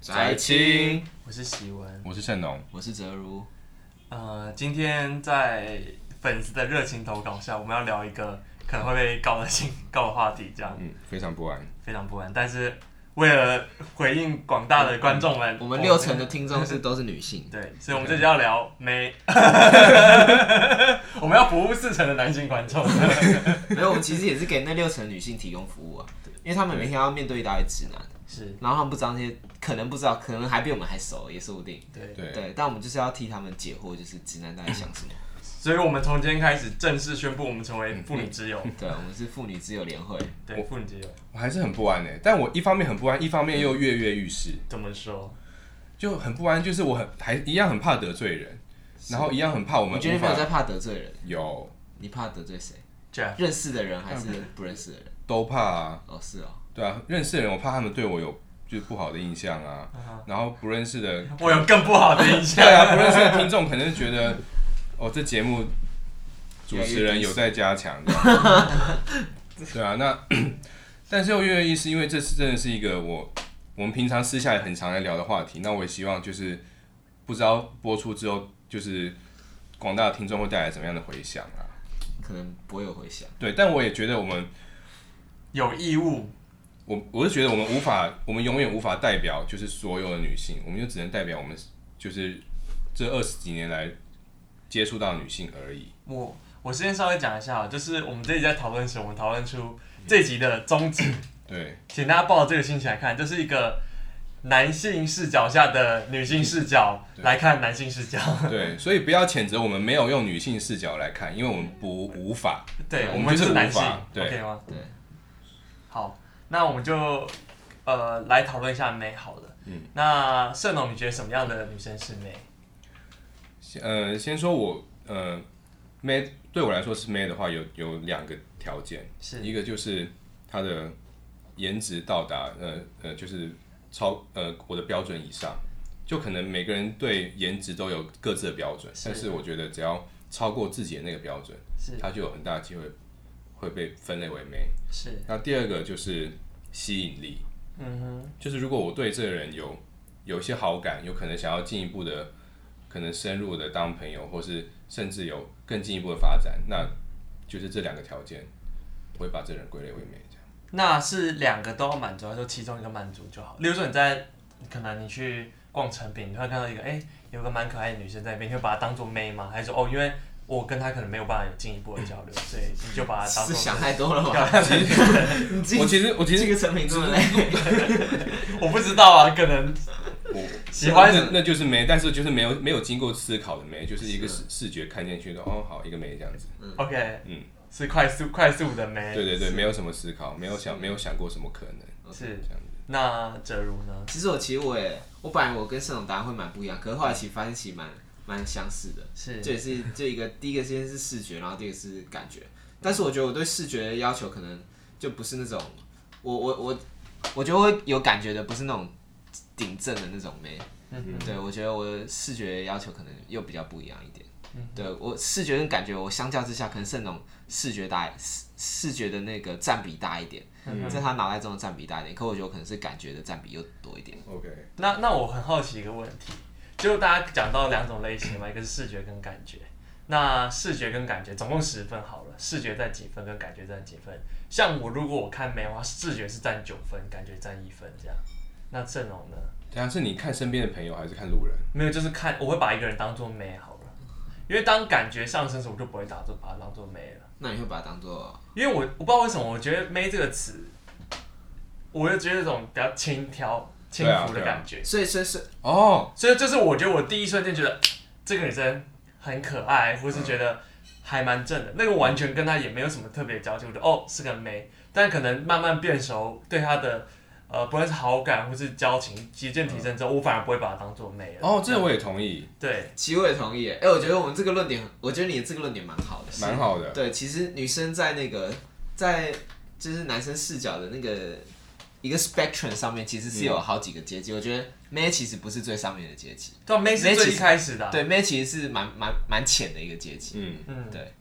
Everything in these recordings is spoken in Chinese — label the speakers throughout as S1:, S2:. S1: 宅青，
S2: 我是喜文。
S3: 我是盛农，
S1: 我是泽如，
S2: 呃，今天在粉丝的热情投稿下，我们要聊一个可能会被告的信 告的话题，这样
S3: 嗯，非常不安，
S2: 非常不安。但是为了回应广大的观众们，
S1: 嗯我们六成的听众是都是女性，
S2: 对，所以我们这集要聊没， 我们要服务四成的男性观 众。
S1: 没有，我们其实也是给那六成女性提供服务啊，因为他们每天要面对一大堆直男，
S2: 是，
S1: 然后他们不知道那些，可能不知道，可能还比我们还熟，也说不定。
S2: 对。
S3: 对，
S1: 对，但我们就是要替他们解惑，就是直男到底想什么。
S2: 所以我们从今天开始正式宣布，我们成为妇女之友。
S1: 对，我们是妇女之友联会，
S2: 对，妇女之友
S3: 我还是很不安哎、但我一方面很不安，一方面又跃跃欲试，
S2: 怎么说？
S3: 就很不安，就是我很还一样很怕得罪人，然后一样很怕我们
S1: 我觉得
S3: 无
S1: 你没有
S3: 法
S1: 在怕得罪人，
S3: 有
S1: 你怕得罪谁？
S2: 这样
S1: 认识的人还是不认识的人？
S3: 都怕啊，
S1: 哦，是哦，
S3: 对啊，认识的人我怕他们对我有就是不好的印象啊，然后不认识的，
S2: 我有更不好的印
S3: 对
S2: 象。
S3: 啊，不认识的听众可能觉得哦这节目主持人有在加强，这样对啊，那 但是又跃跃欲试，因为这是真的是一个我我们平常私下也很常来聊的话题，那我也希望就是不知道播出之后就是广大的听众会带来怎么样的回响啊。
S1: 可能不会有回响。
S3: 对，但我也觉得我们，
S2: 有义务，
S3: 我我是觉得我们无法，我们永远无法代表就是所有的女性，我们就只能代表我们就是这二十几年来接触到的女性而已。
S2: 我我先稍微讲一下啊，就是我们这一集在讨论时，我们讨论出
S3: 嗯
S2: 这集的宗旨，
S3: 对，
S2: 请大家抱着这个心情来看，这是一个男性视角下的女性视角来看男性视 角。
S3: 对，所以不要谴责我们没有用女性视角来看，因为我们不无法。
S2: 对，我
S3: 我们
S2: 们
S3: 就是是
S2: 男性
S3: 无法对
S2: ，OK 吗？
S1: 对，
S2: 好，那我们就呃来讨论一下美好了。嗯，那盛龙，你觉得什么样的女生是美？
S3: 先呃，先说我呃，May 对我来说是 May 的话有有两个条件，
S2: 是
S3: 一个就是她的颜值到达呃呃就是超呃我的标准以上，就可能每个人对颜值都有各自的标准，
S2: 是
S3: 但是我觉得只要超过自己的那个标准，
S2: 是
S3: 她就有很大的机会会被分类为 May。
S2: 是，
S3: 那第二个就是吸引力，
S2: 嗯哼，
S3: 就是如果我对这个人有有一些好感，有可能想要进一步的，可能深入的当朋友，或是甚至有更进一步的发展，那就是这两个条件，我会把这人归类为美。这样
S2: 那是两个都要满足，还是说其中一个满足就好？例如说你在可能你去逛成品，你会看到一个哎、有个蛮可爱的女生在那边，你会把她当做妹吗？还是说哦因为我跟她可能没有办法有进一步的 交流，所以你就
S3: 啊
S2: 把她当
S1: 是
S2: 做
S1: 想太多了吧？你自己
S3: 我其实我其
S1: 这
S3: 实
S1: 个成品这么累，
S2: 我不知道啊，可能
S3: 我
S2: 喜欢
S3: 那那就是美，但是就是没有没有经过思考的美，就是一个视视觉看进去的哦，好一个美这样子。
S2: OK，
S3: 嗯，
S2: 是快速快速的妹，
S3: 对对对，没有什么思考，没有想没有想过什么可能
S2: 是
S3: 这样子。
S2: 那哲如呢？
S1: 其实我其实我也，我本来我跟盛总答案会蛮不一样，可是后来其实发现其实蛮蛮相似的。
S2: 是
S1: 这也是这一个第一个先是视觉，然后第一个是感觉。但是我觉得我对视觉的要求可能就不是那种，我我我，我觉得我有感觉的不是那种顶正的那种美。对，我觉得我的视觉要求可能又比较不一样一点。对我视觉跟感觉，我相较之下，可能盛总视觉大视视觉的那个占比大一点，在他脑袋中的占比大一点。可我觉得我可能是感觉的占比又多一点。
S3: OK，
S2: 那那我很好奇一个问题，就大家讲到两种类型嘛，一个是视觉跟感觉。那视觉跟感觉总共十分好了，视觉占几分，跟感觉占几分？像我如果我看梅花，视觉是占九分，感觉占一分这样。那阵容呢？
S3: 等下是你看身边的朋友还是看路人？
S2: 没有，就是看我会把一个人当做美好了，因为当感觉上升时，我就不会打做把它当做美了。
S1: 那你会把它当做
S2: 因为我我不知道为什么，我觉得“妹”这个词，我就觉得这种比较轻佻、轻浮
S3: 对
S2: 的
S3: 啊对啊
S2: 感觉。
S1: 所以所以所以
S3: 哦，
S2: 所以就是我觉得我第一瞬间觉得这个女生很可爱，或是觉得还蛮正的，那个完全跟她也没有什么特别交集，我觉得哦是个妹，但可能慢慢变熟，对她的呃不论是好感或是交情逐渐提升之后，
S1: 嗯
S2: 我反而不会把她当做妹了。
S3: 哦，这我也同意，
S2: 对，
S1: 其实我也同意耶，哎、我觉得我们这个论点，我觉得你的这个论点蛮好的。
S3: 蛮好的。
S1: 对，其实女生在那个在就是男生视角的那个一个 spectrum 上面，其实是有好几个阶级。我觉得 man 其实不是最上面的阶级，
S2: 对，啊妹是
S1: 妹
S2: 最
S1: 其
S2: 一
S1: 实
S2: 开始的啊、
S1: 对 man 其实是蛮蛮蛮浅的一个阶级。
S3: 嗯，
S2: 嗯，
S1: 对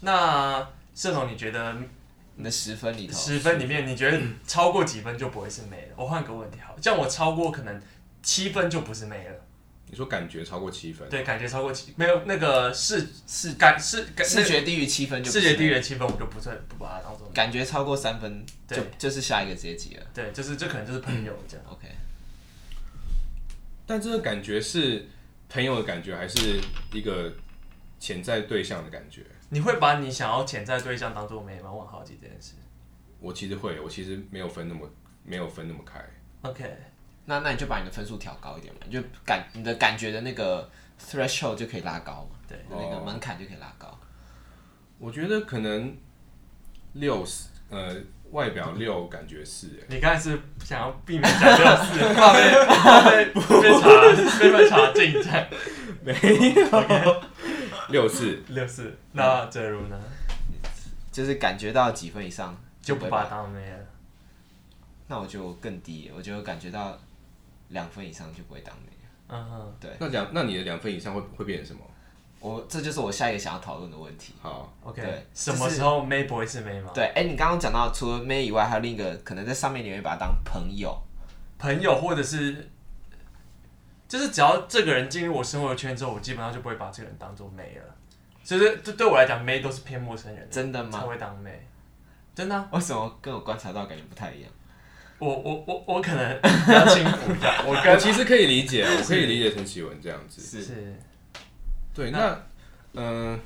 S2: 那盛总，你觉得
S1: 你的十分里头，
S2: 十分里面，你觉得超过几分就不会是妹了？我换个问题好了，像我超过可能七分就不是妹了。
S3: 你说感觉超过七分，
S2: 对，感觉超过七没有那个视
S1: 视
S2: 感视感
S1: 视觉低于七分
S2: 那
S1: 就
S2: 视觉低
S1: 于，
S2: 于的七分，我就不算不把它当做妹。
S1: 感觉超过三分就
S2: 对
S1: 就是下一个阶级了。
S2: 对，就是这可能就是朋友这样。
S1: OK，
S3: 但这个感觉是朋友的感觉，还是一个潜在对象的感觉？
S2: 你会把你想要潜在对象当做妹吗？我很好奇这件事。
S3: 我其实会，我其实没有分那么没有分那么开。
S2: OK，
S1: 那那你就把你的分数调高一点嘛，你就感你的感觉的那个 threshold 就可以拉高嘛，
S2: 对
S1: 那个
S3: 哦
S1: 门槛就可以拉高。
S3: 我觉得可能六十，呃，外表六，感觉四，哎
S2: 你刚才是想要避免讲六四，怕被怕被被查被被查禁这样。
S3: 哎六四，
S2: 六四，那哲如呢？
S1: 就是感觉到几分以上
S2: 就不
S1: 不
S2: 把
S1: 把
S2: 它当妹了。
S1: 那我就更低，我就感觉到两分以上就不会当那个。
S2: 嗯哼，
S1: 对
S3: 那两，那你的两分以上会会变成什么？
S1: 我这就是我下一个想要讨论的问题。
S3: 好，
S2: ，OK，
S1: 对
S2: 什么时候妹不会是妹吗？
S1: 对，哎、你刚刚讲到除了妹以外，还有另一个可能在上面你会把它当朋友，
S2: 朋友或者是，就是只要这个人进入我生活圈之后，我基本上就不会把这个人当做妹了。就是对对我来讲，妹都是偏陌生人的
S1: 真的
S2: 才
S1: 吗
S2: 会当妹，真的啊、
S1: 为什么跟我观察到感觉不太一样？
S2: 我我我我可能比较轻浮一下，我
S3: 我
S2: 跟
S3: 其实可以理解，我可以理解陈启文这样子。
S1: 是
S2: 是
S3: 对，那，嗯、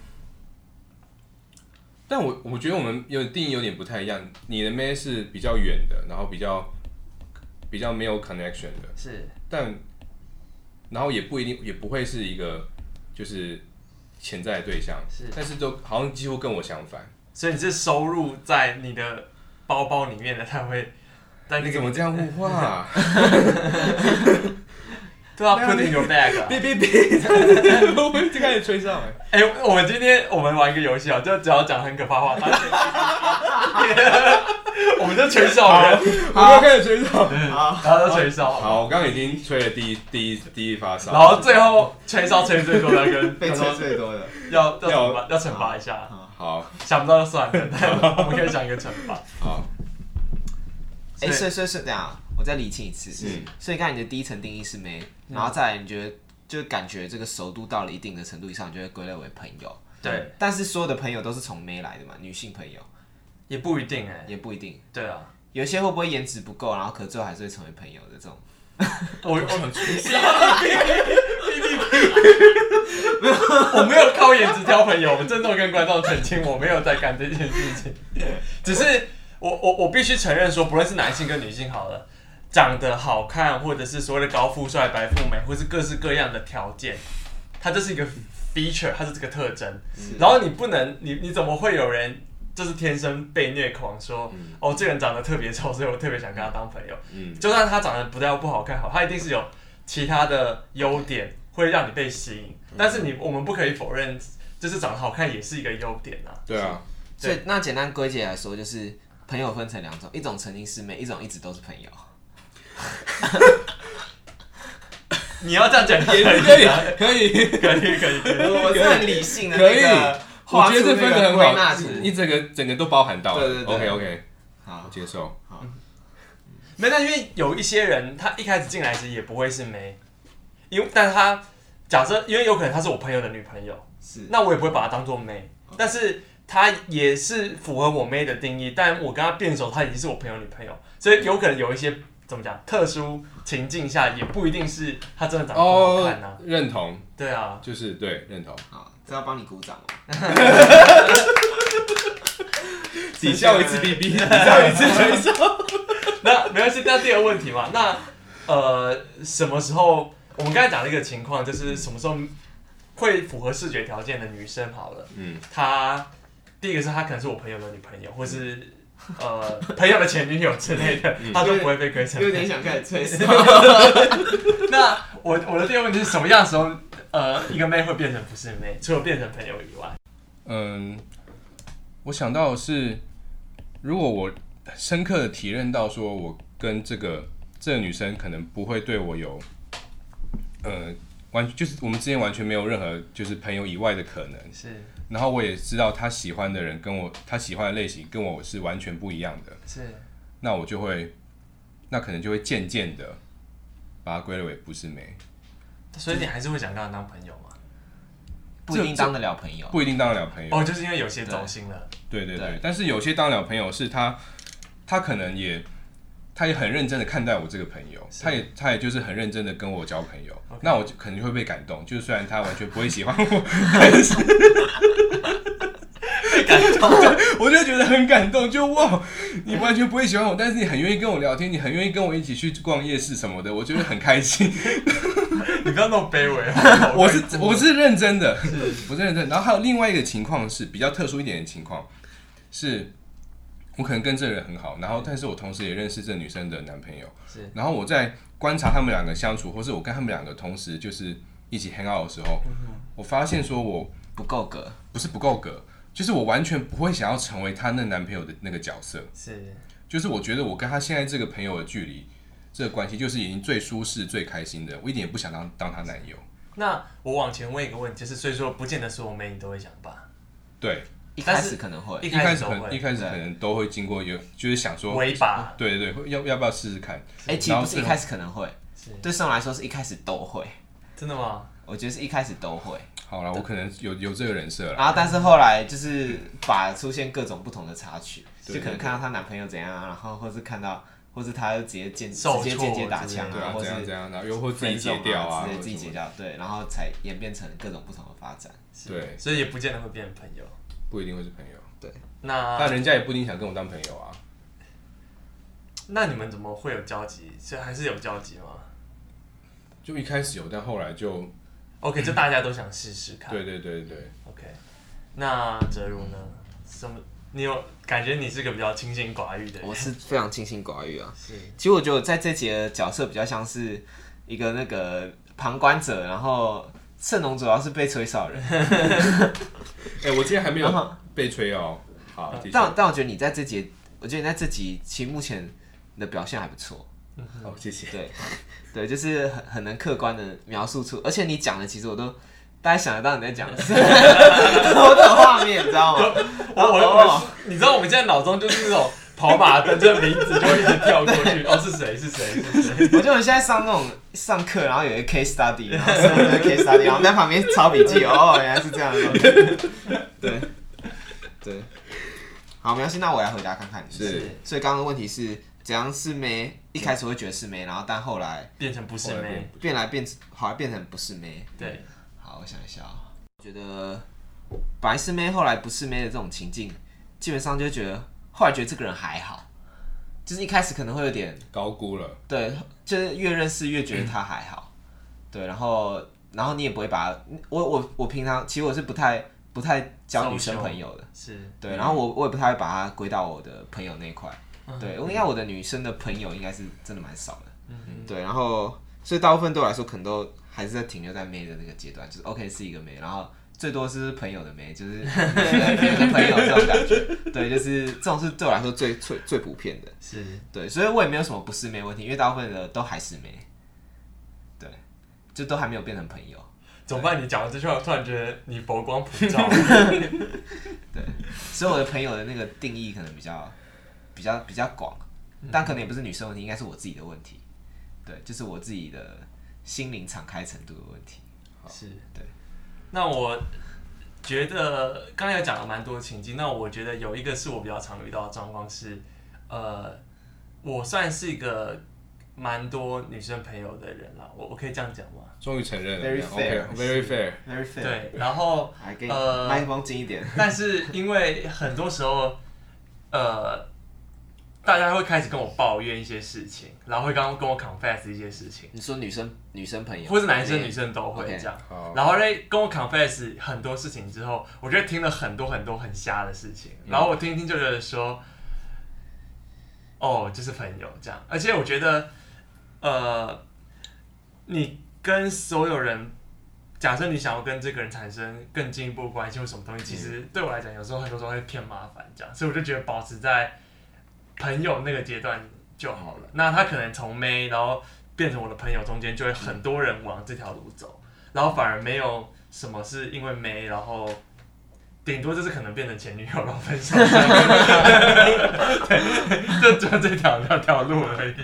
S3: 但我我觉得我们有定义有点不太一样。你的妹是比较远的，然后比较比较没有 connection 的，
S2: 是
S3: 但然后也不一定也不会是一个就是潜在的对象，
S2: 是
S3: 但是都好像几乎跟我相反。
S2: 所以你是收入在你的包包里面的才会，但
S3: 啊你
S2: 那
S3: 怎
S2: 个
S3: 么这样 啊物化、
S2: 对啊，put in your bag 啊。
S3: 别别别，我们就开始吹 上来。
S2: 哎、我们今天我们玩一个游戏啊，就只要讲很可怕话，我们就吹哨人，
S3: 我们要开始吹哨。
S2: 然后就吹哨，
S3: 好，我刚刚已经吹了第一第一第一发哨，
S2: 然后最后吹哨吹最多的跟
S1: 被
S2: 跟
S1: 吹
S2: 说
S1: 最多的，
S2: 要要惩罚要惩罚一下，
S3: 好
S2: 想不到就算了，但我们可以想一个惩罚。
S3: 好，
S2: 所
S1: 哎、
S2: 以
S1: 所以所以所以等一下我再理清一次。
S3: 是嗯
S1: 所以刚才你的第一层定义是妹，然后再来你觉得就感觉这个熟度到了一定的程度以上，你就会归类为朋友。
S2: 对，
S1: 但是所有的朋友都是从妹来的嘛，女性朋友
S2: 也不一定哎、
S1: 也不一定，
S2: 对啊，
S1: 有些会不会颜值不够，然后可最后还是会成为朋友的这种。
S2: 我我我没有靠颜值挑朋友，我郑重跟观众澄清，我没有在干这件事情，只是我我我必须承认说，不论是男性跟女性好了，长得好看，或者是所谓的高富帅、白富美，或是各式各样的条件，它就是一个 feature，它是这个特征。然后你不能，你你怎么会有人就是天生被虐狂说，哦，这个人长得特别丑，所以我特别想跟他当朋友。
S3: 嗯，
S2: 就算他长得不太不好看好，他一定是有其他的优点会让你被吸引。但是你我们不可以否认，就是长得好看也是一个优点 啊。
S3: 对啊，
S1: 所以那简单归结来说，就是朋友分成两种，一种曾经是妹，一种一直都是朋 友。
S2: 你要这样讲
S3: 也
S2: 也
S3: 是
S2: 可
S3: 可
S2: 以
S3: 以
S2: 啊，
S3: 可以，
S2: 可以可以可以。
S1: 我是很理性的
S3: 可以
S1: 那个，
S3: 我
S1: 画
S3: 觉得
S1: 出
S3: 这分
S1: 那
S3: 的
S1: 个
S3: 很
S1: 归纳
S3: 好，你
S1: 图。
S3: 整个整个都包含到了。
S1: 对对对
S3: OK OK，我
S1: 好，
S3: 接受。
S2: 没，那因为有一些人他一开始进来时也不会是妹，因为但他假设因为有可能她是我朋友的女朋友，
S1: 是
S2: 那我也不会把她当做妹，但是她也是符合我妹的定义，但我跟她变熟，她已经是我朋友女朋友，所以有可能有一些怎么讲特殊情境下，也不一定是她真的长得不好看呐、
S3: 哦，认同，
S2: 对啊，
S3: 就是对认同。
S1: 好，这要帮你鼓掌 吗？
S3: 抵消一次 BB，抵消一次吹哨。
S2: 那没关系，那第二个问题嘛，那呃什么时候我们刚才讲了一个情况，就是什么时候会符合视觉条件的女生好了。
S3: 嗯，
S2: 她第一个是她可能是我朋友的女朋友，或是呃朋友的前女友之类的，她都不会被归成。
S1: 有点想开始吹 哨。
S2: 那我我的第二个问题是什么样的时候，呃，一个妹会变成不是妹，除了变成朋友以外，
S3: 嗯，我想到的是，如果我深刻的体认到说我跟这个这个女生可能不会对我有呃完就是我们之间完全没有任何就是朋友以外的可能。
S2: 是
S3: 然后我也知道他喜欢的人跟我他喜欢的类型跟我是完全不一样的，
S2: 是，
S3: 那我就会，那可能就会渐渐的把它归类为不是美，
S2: 所以你还是会想跟他当朋友嘛？
S1: 不一定当得了朋友。
S3: 不一定当得了朋友。
S2: 哦，就是因为有些走心了，
S3: 对对对，
S1: 对
S3: 但是有些当得了朋友是他，他可能也，他也很认真的看待我这个朋友，他也他也就是很认真的跟我交朋友
S2: OK
S3: 那我就可能就会被感动，就是虽然他完全不会喜欢我，
S2: 被感动。
S3: 我就觉得很感动，就哇，你完全不会喜欢我，但是你很愿意跟我聊天，你很愿意跟我一起去逛夜市什么的，我觉得很开心。！
S2: 你不要那么卑微啊
S3: 我是我是认真的，我是认真的。然后还有另外一个情况是比较特殊一点的情况，是我可能跟这个人很好，然后但是我同时也认识这女生的男朋友
S2: 是，
S3: 然后我在观察他们两个相处，或是我跟他们两个同时就是一起 hang out 的时候，我发现说我
S1: 不够格，
S3: 不是不够格，就是我完全不会想要成为她那男朋友的那个角色，
S2: 是
S3: 就是我觉得我跟她现在这个朋友的距离。这个关系就是已经最舒适、最开心的，我一点也不想当当她男友。
S2: 那我往前问一个问题，就是所以说，不见得所有妹你都会想吧？
S3: 对，
S1: 一开
S2: 但
S1: 始
S2: 是
S1: 可能会，
S2: 一
S3: 一开
S2: 开
S3: 始
S2: 始
S3: 可
S2: 都
S3: 能一
S2: 会
S3: 开始可能都会经过有，就是想说，
S2: 尾巴，
S3: 对对对，会要要不要试试看？
S1: 哎、其实
S3: 然后
S1: 不是一
S3: 最后
S1: 开始可能会
S2: 是，
S1: 对宋来说是一开始都会，
S2: 真的吗？
S1: 我觉得是一开始都会，
S3: 好了，我可能有有这个人设了，
S1: 然后但是后来就是把出现各种不同的插曲，
S3: 对
S1: 就可能看到她男朋友怎样啊，然后或是看到，或是她就直接间
S2: 受
S1: 直接
S2: 挫
S1: 间接打枪
S3: 对啊，
S1: 或
S3: 怎
S1: 是
S3: 样怎样，然后又或自己
S1: friend
S3: 解
S1: zone
S3: 掉啊，
S1: 直接
S3: 或者
S1: 自己解
S3: 什么
S1: 掉，对，然后才演变成各种不同的发展。
S2: 是
S3: 对，
S2: 所以也不见得会变朋友。
S3: 不一定会是朋友，
S1: 啊
S2: 那
S3: 但人家也不一定想跟我当朋友啊。
S2: 那你们怎么会有交集？所以还是有交集 吗
S3: 就一开始有，但后来就
S2: ？OK，就大家都想试试看。
S3: 对对对对，
S2: OK，那哲如呢？什么？你有感觉你是个比较清心寡欲的
S3: 哦
S2: 人？
S1: 我是非常清心寡欲啊。
S2: 是
S1: 其实我觉得我在这集的角色比较像是一个那个旁观者，然后圣龙主要是被吹哨 人，
S3: 哎，我今天还没
S1: 然
S3: 有
S1: 后啊
S3: 被吹哦。好，继续
S1: 但但我觉得你在这集，我觉得你在这集其实目前你的表现还不错，
S3: 好，谢谢。
S1: 对对，就是很很能客观的描述出，而且你讲的其实我都。大家想得到你在讲什么，我都有画面，你知道吗？
S2: 我我
S1: 哦
S2: 我，你知道我们现在脑中就是那 种跑马灯，这个名字就会一直跳过去。哦，是谁？是谁？是谁？
S1: 我 觉得我们现在上那种上课，然后有一个 case study，然后所有人都在 case study，然后我们在旁边抄笔记。哦，原来是这样的东西。对对，好，没关系，那我来回答看看。
S3: 是
S1: 所以刚刚的问题是，怎样是妹？一开始会觉得是妹，然后但后来
S2: 变成不是
S3: 后来
S2: 妹
S3: 变？
S1: 变来变，好像变成不是妹。
S2: 对，
S1: 好，我想一下啊、我觉得本来是妹，后来不是妹的这种情境，基本上就觉得后来觉得这个人还好，就是一开始可能会有点
S3: 高估了，
S1: 对，就是越认识越觉得他还好，对，然后然后你也不会把他我我我平常其实我是不太不太交女生
S2: Social
S1: 朋友的，
S2: 是
S1: 对，然后我我也不太会把它归到我的朋友那一块，对，我应该我的女生的朋友应该是真的蛮少的，对，然后所以大部分对我来说可能都还是在停留在妹的那个阶段，就是 OK 是一个妹，然后最多是朋友的妹，就是有的朋友这种感觉，对，就是这种是对我来说最最最普遍的，
S2: 是
S1: 对，所以我也没有什么不是妹问题，因为大部分的都还是妹，对，就都还没有变成朋友，
S2: 怎么办？你讲完这句话，我突然觉得你佛光普照。
S1: 所以我的朋友的那个定义可能比较比较比较广，
S2: 嗯
S1: 但可能也不是女生问题，应该是我自己的问题，对，就是我自己的心灵敞开程度的问题。
S2: 是
S1: 对。
S2: 那我觉得刚才有讲了蛮多情境，那我觉得有一个是我比较常遇到的状况是，呃，我算是一个蛮多女生朋友的人啦，我我可以这样讲吗？
S3: 终于承认
S1: Very
S3: 了
S1: fair
S3: ，OK，very fair。
S1: Very fair，，
S2: 对，然后
S1: 来给你
S2: 呃
S1: 麦克风近一点，
S2: 但是因为很多时候，呃，大家会开始跟我抱怨一些事情，然后会刚跟我 confess 一些事情，
S1: 你说女生女生朋友，
S2: 或是男生女
S1: 生，
S2: 生都会这样。
S3: 好，
S2: 然后嘞，跟我 confess 很多事情之后，我就听了很多很多很瞎的事情，然后我听一听就觉得说，哦，就是朋友这样。而且我觉得，呃，你跟所有人，假设你想要跟这个人产生更进一步的关系或什么东西，其实对我来讲，有时候很多时候会偏麻烦这样，所以我就觉得保持在朋友那个阶段就好了。那他可能从妹，然后变成我的朋友中间，就会很多人往这条路走。然后反而没有什么是因为没，然后顶多就是可能变成前女友，然后分手。对，就只有这条这条路而已。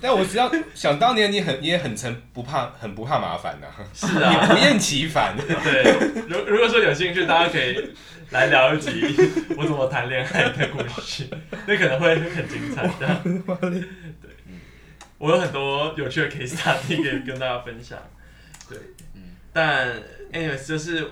S3: 但我知道，想当年你很你也很曾不怕很不怕麻烦呐、
S2: 是啊，
S3: 不厌其烦。
S2: 对。如如果说有兴趣，大家可以来聊一集我怎么谈恋爱的故事，那可能会很精彩。这样 我有很多有趣的 case study 可以跟大家分享。对，但 anyways，就是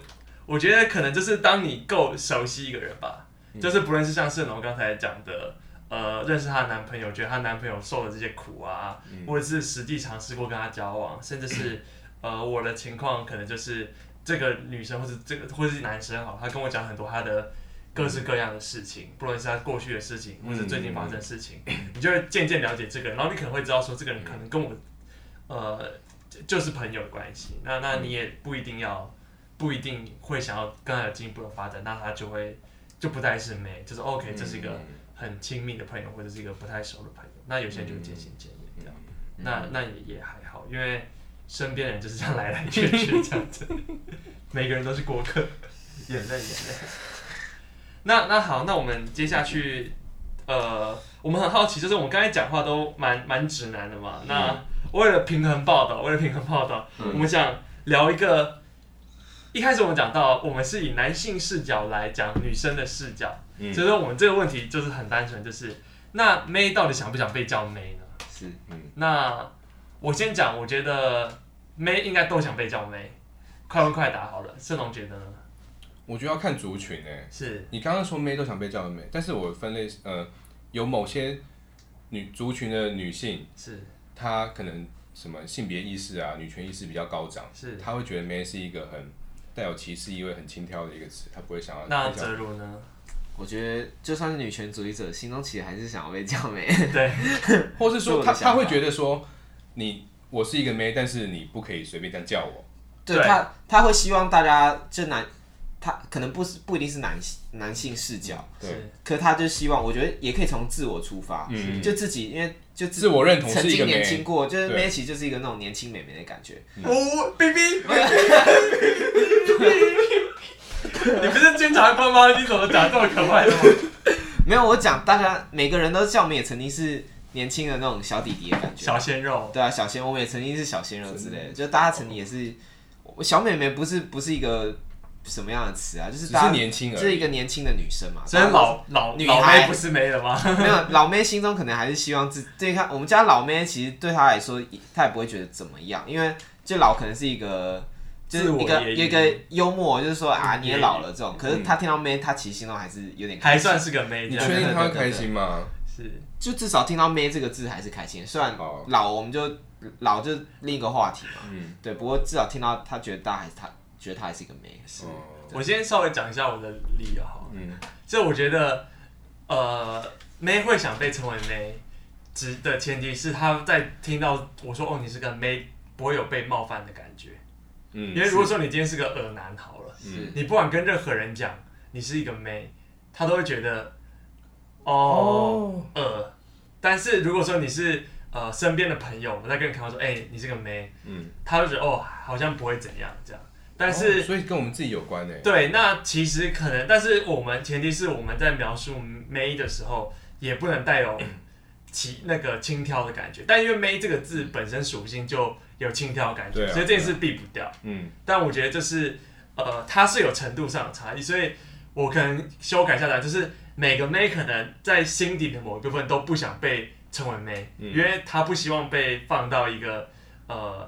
S2: 我觉得可能就是当你够熟悉一个人吧，就是不论是像盛龙刚才讲的，呃，认识她的男朋友，觉得她男朋友受了这些苦啊，或者是实际尝试过跟她交往，甚至是呃我的情况可能就是这个女生或者这个或者是男生好，他跟我讲很多他的。各式各样的事情，不论是他过去的事情，或者最近发生的事情，你就会渐渐了解这个人，然后你可能会知道说，这个人可能跟我，呃，就就是朋友的关系。那那你也不一定要，不一定会想要跟他有进一步的发展，那他就会就不再是妹，就是 OK，这是一个很亲密的朋友，或者是一个不太熟的朋友。那有些人就会渐行渐远这样，那那也也还好，因为身边人就是这样来来去去这样子， 每个人都是过客，眼泪眼泪。那那好，那我们接下去，呃，我们很好奇，就是我们刚才讲话都蛮蛮直男的嘛。那为了平衡报道，为了平衡报道，
S3: 嗯
S2: 我们想聊一个。一开始我们讲到，我们是以男性视角来讲女生的视角，
S3: 嗯
S2: 所以说我们这个问题就是很单纯，就是那妹到底想不想被叫妹呢？
S1: 是
S3: 嗯
S2: 那我先讲，我觉得妹应该都想被叫妹，快问快答好了。盛龙觉得呢？
S3: 我觉得要看族群哎、
S2: 是
S3: 你刚刚说妹都想被叫妹，但是我分类呃，有某些女族群的女性，
S2: 是
S3: 她可能什么性别意识啊、女权意识比较高涨，
S2: 是，
S3: 她会觉得妹是一个很带有歧视意味、很轻佻的一个词，她不会想要
S2: 那
S3: 被叫
S2: 哲如 呢？
S1: 我觉得就算是女权主义者，心中其实还是想要被叫 妹。
S2: 对，
S3: 或是
S1: 是
S3: 说
S1: 我的
S3: 她
S1: 想法
S3: 她会觉得说你我是一个妹，但是你不可以随便这样叫我。
S1: 对
S2: 对
S1: 他，他会希望大家就男，他可能不是不一定是男男性视角，
S3: 对
S2: 是
S1: 可他就希望，我觉得也可以从自我出发，
S3: 嗯
S1: 就自己因为就
S3: 自我认同是一个
S1: 曾经年
S3: 美
S1: 轻过，就是
S3: 对
S1: m a c 就是一个那种年轻美眉的感觉，
S2: 哦，B B，你 不是经常关吗？你怎么讲这么可爱的吗？
S1: 没有，我讲大家每个人都像我们也曾经是年轻的那种小弟弟的感觉，
S2: 小鲜肉，
S1: 对啊，小鲜，我们也曾经是小鲜肉之类的，就大家曾经也是，我小美眉不是不是一个什么样的词啊，就
S3: 只
S1: 是大
S3: 是
S1: 家
S3: 年轻
S1: 就
S3: 而
S1: 是一
S3: 已。
S1: 个年轻的女生嘛，
S2: 所以
S1: 大家都
S3: 啊
S2: 老老
S1: 女
S2: 老
S1: 孩
S2: 妹不是没了吗？
S1: 没有老妹心中可能还是希望自对她，我们家老妹其实对她来说，她也不会觉得怎么样，因为就老可能是一个就是一
S2: 自我
S1: 个
S2: 揶揄
S1: 一个幽默，就是说啊你也老了这种。可是她听到妹，她其实心中还是有点
S2: 嗯
S1: 开
S2: 还
S1: 心，
S2: 算是个妹，
S3: 你
S2: 这
S3: 确
S2: 样
S3: 定
S1: 对
S3: 她会
S1: 对对
S3: 开心吗？
S2: 是
S1: 就至少听到妹这个字还是开心。虽然
S3: 哦
S1: 老我们就老就另一个话题嘛，
S3: 嗯
S1: 对。不过至少听到她觉得大还是她觉得她还是一个妹，
S2: 是。
S3: 哦
S2: 我先稍微讲一下我的理由好了，
S3: 嗯
S2: 就我觉得，呃，妹会想被称为妹，只的前提是她在听到我说哦你是个妹，不会有被冒犯的感觉。
S3: 嗯
S2: 因为如果说你今天是个耳男好了。
S1: 是
S2: 你不管跟任何人讲你是一个妹，他都会觉得哦呃。但是如果说你是呃身边的朋友，我在跟你开玩笑说，哎、你是个妹，
S3: 嗯，
S2: 他就觉得哦好像不会怎样这样。但
S3: 哦
S2: 是、
S3: 所以跟我们自己有关欸呢。
S2: 对，那其实可能，但是我们前提是我们在描述妹的时候，也不能 带有其那个轻佻的感觉。但因为妹这个字本身属性就有轻佻的感觉，
S3: 对啊
S2: 所以这件事避不掉。
S3: 嗯。
S2: 但我觉得就是呃，它是有程度上的差异，所以我可能修改下来，就是每个妹可能在心底的某一部分都不想被称为妹，
S3: 嗯
S2: 因为她不希望被放到一个呃。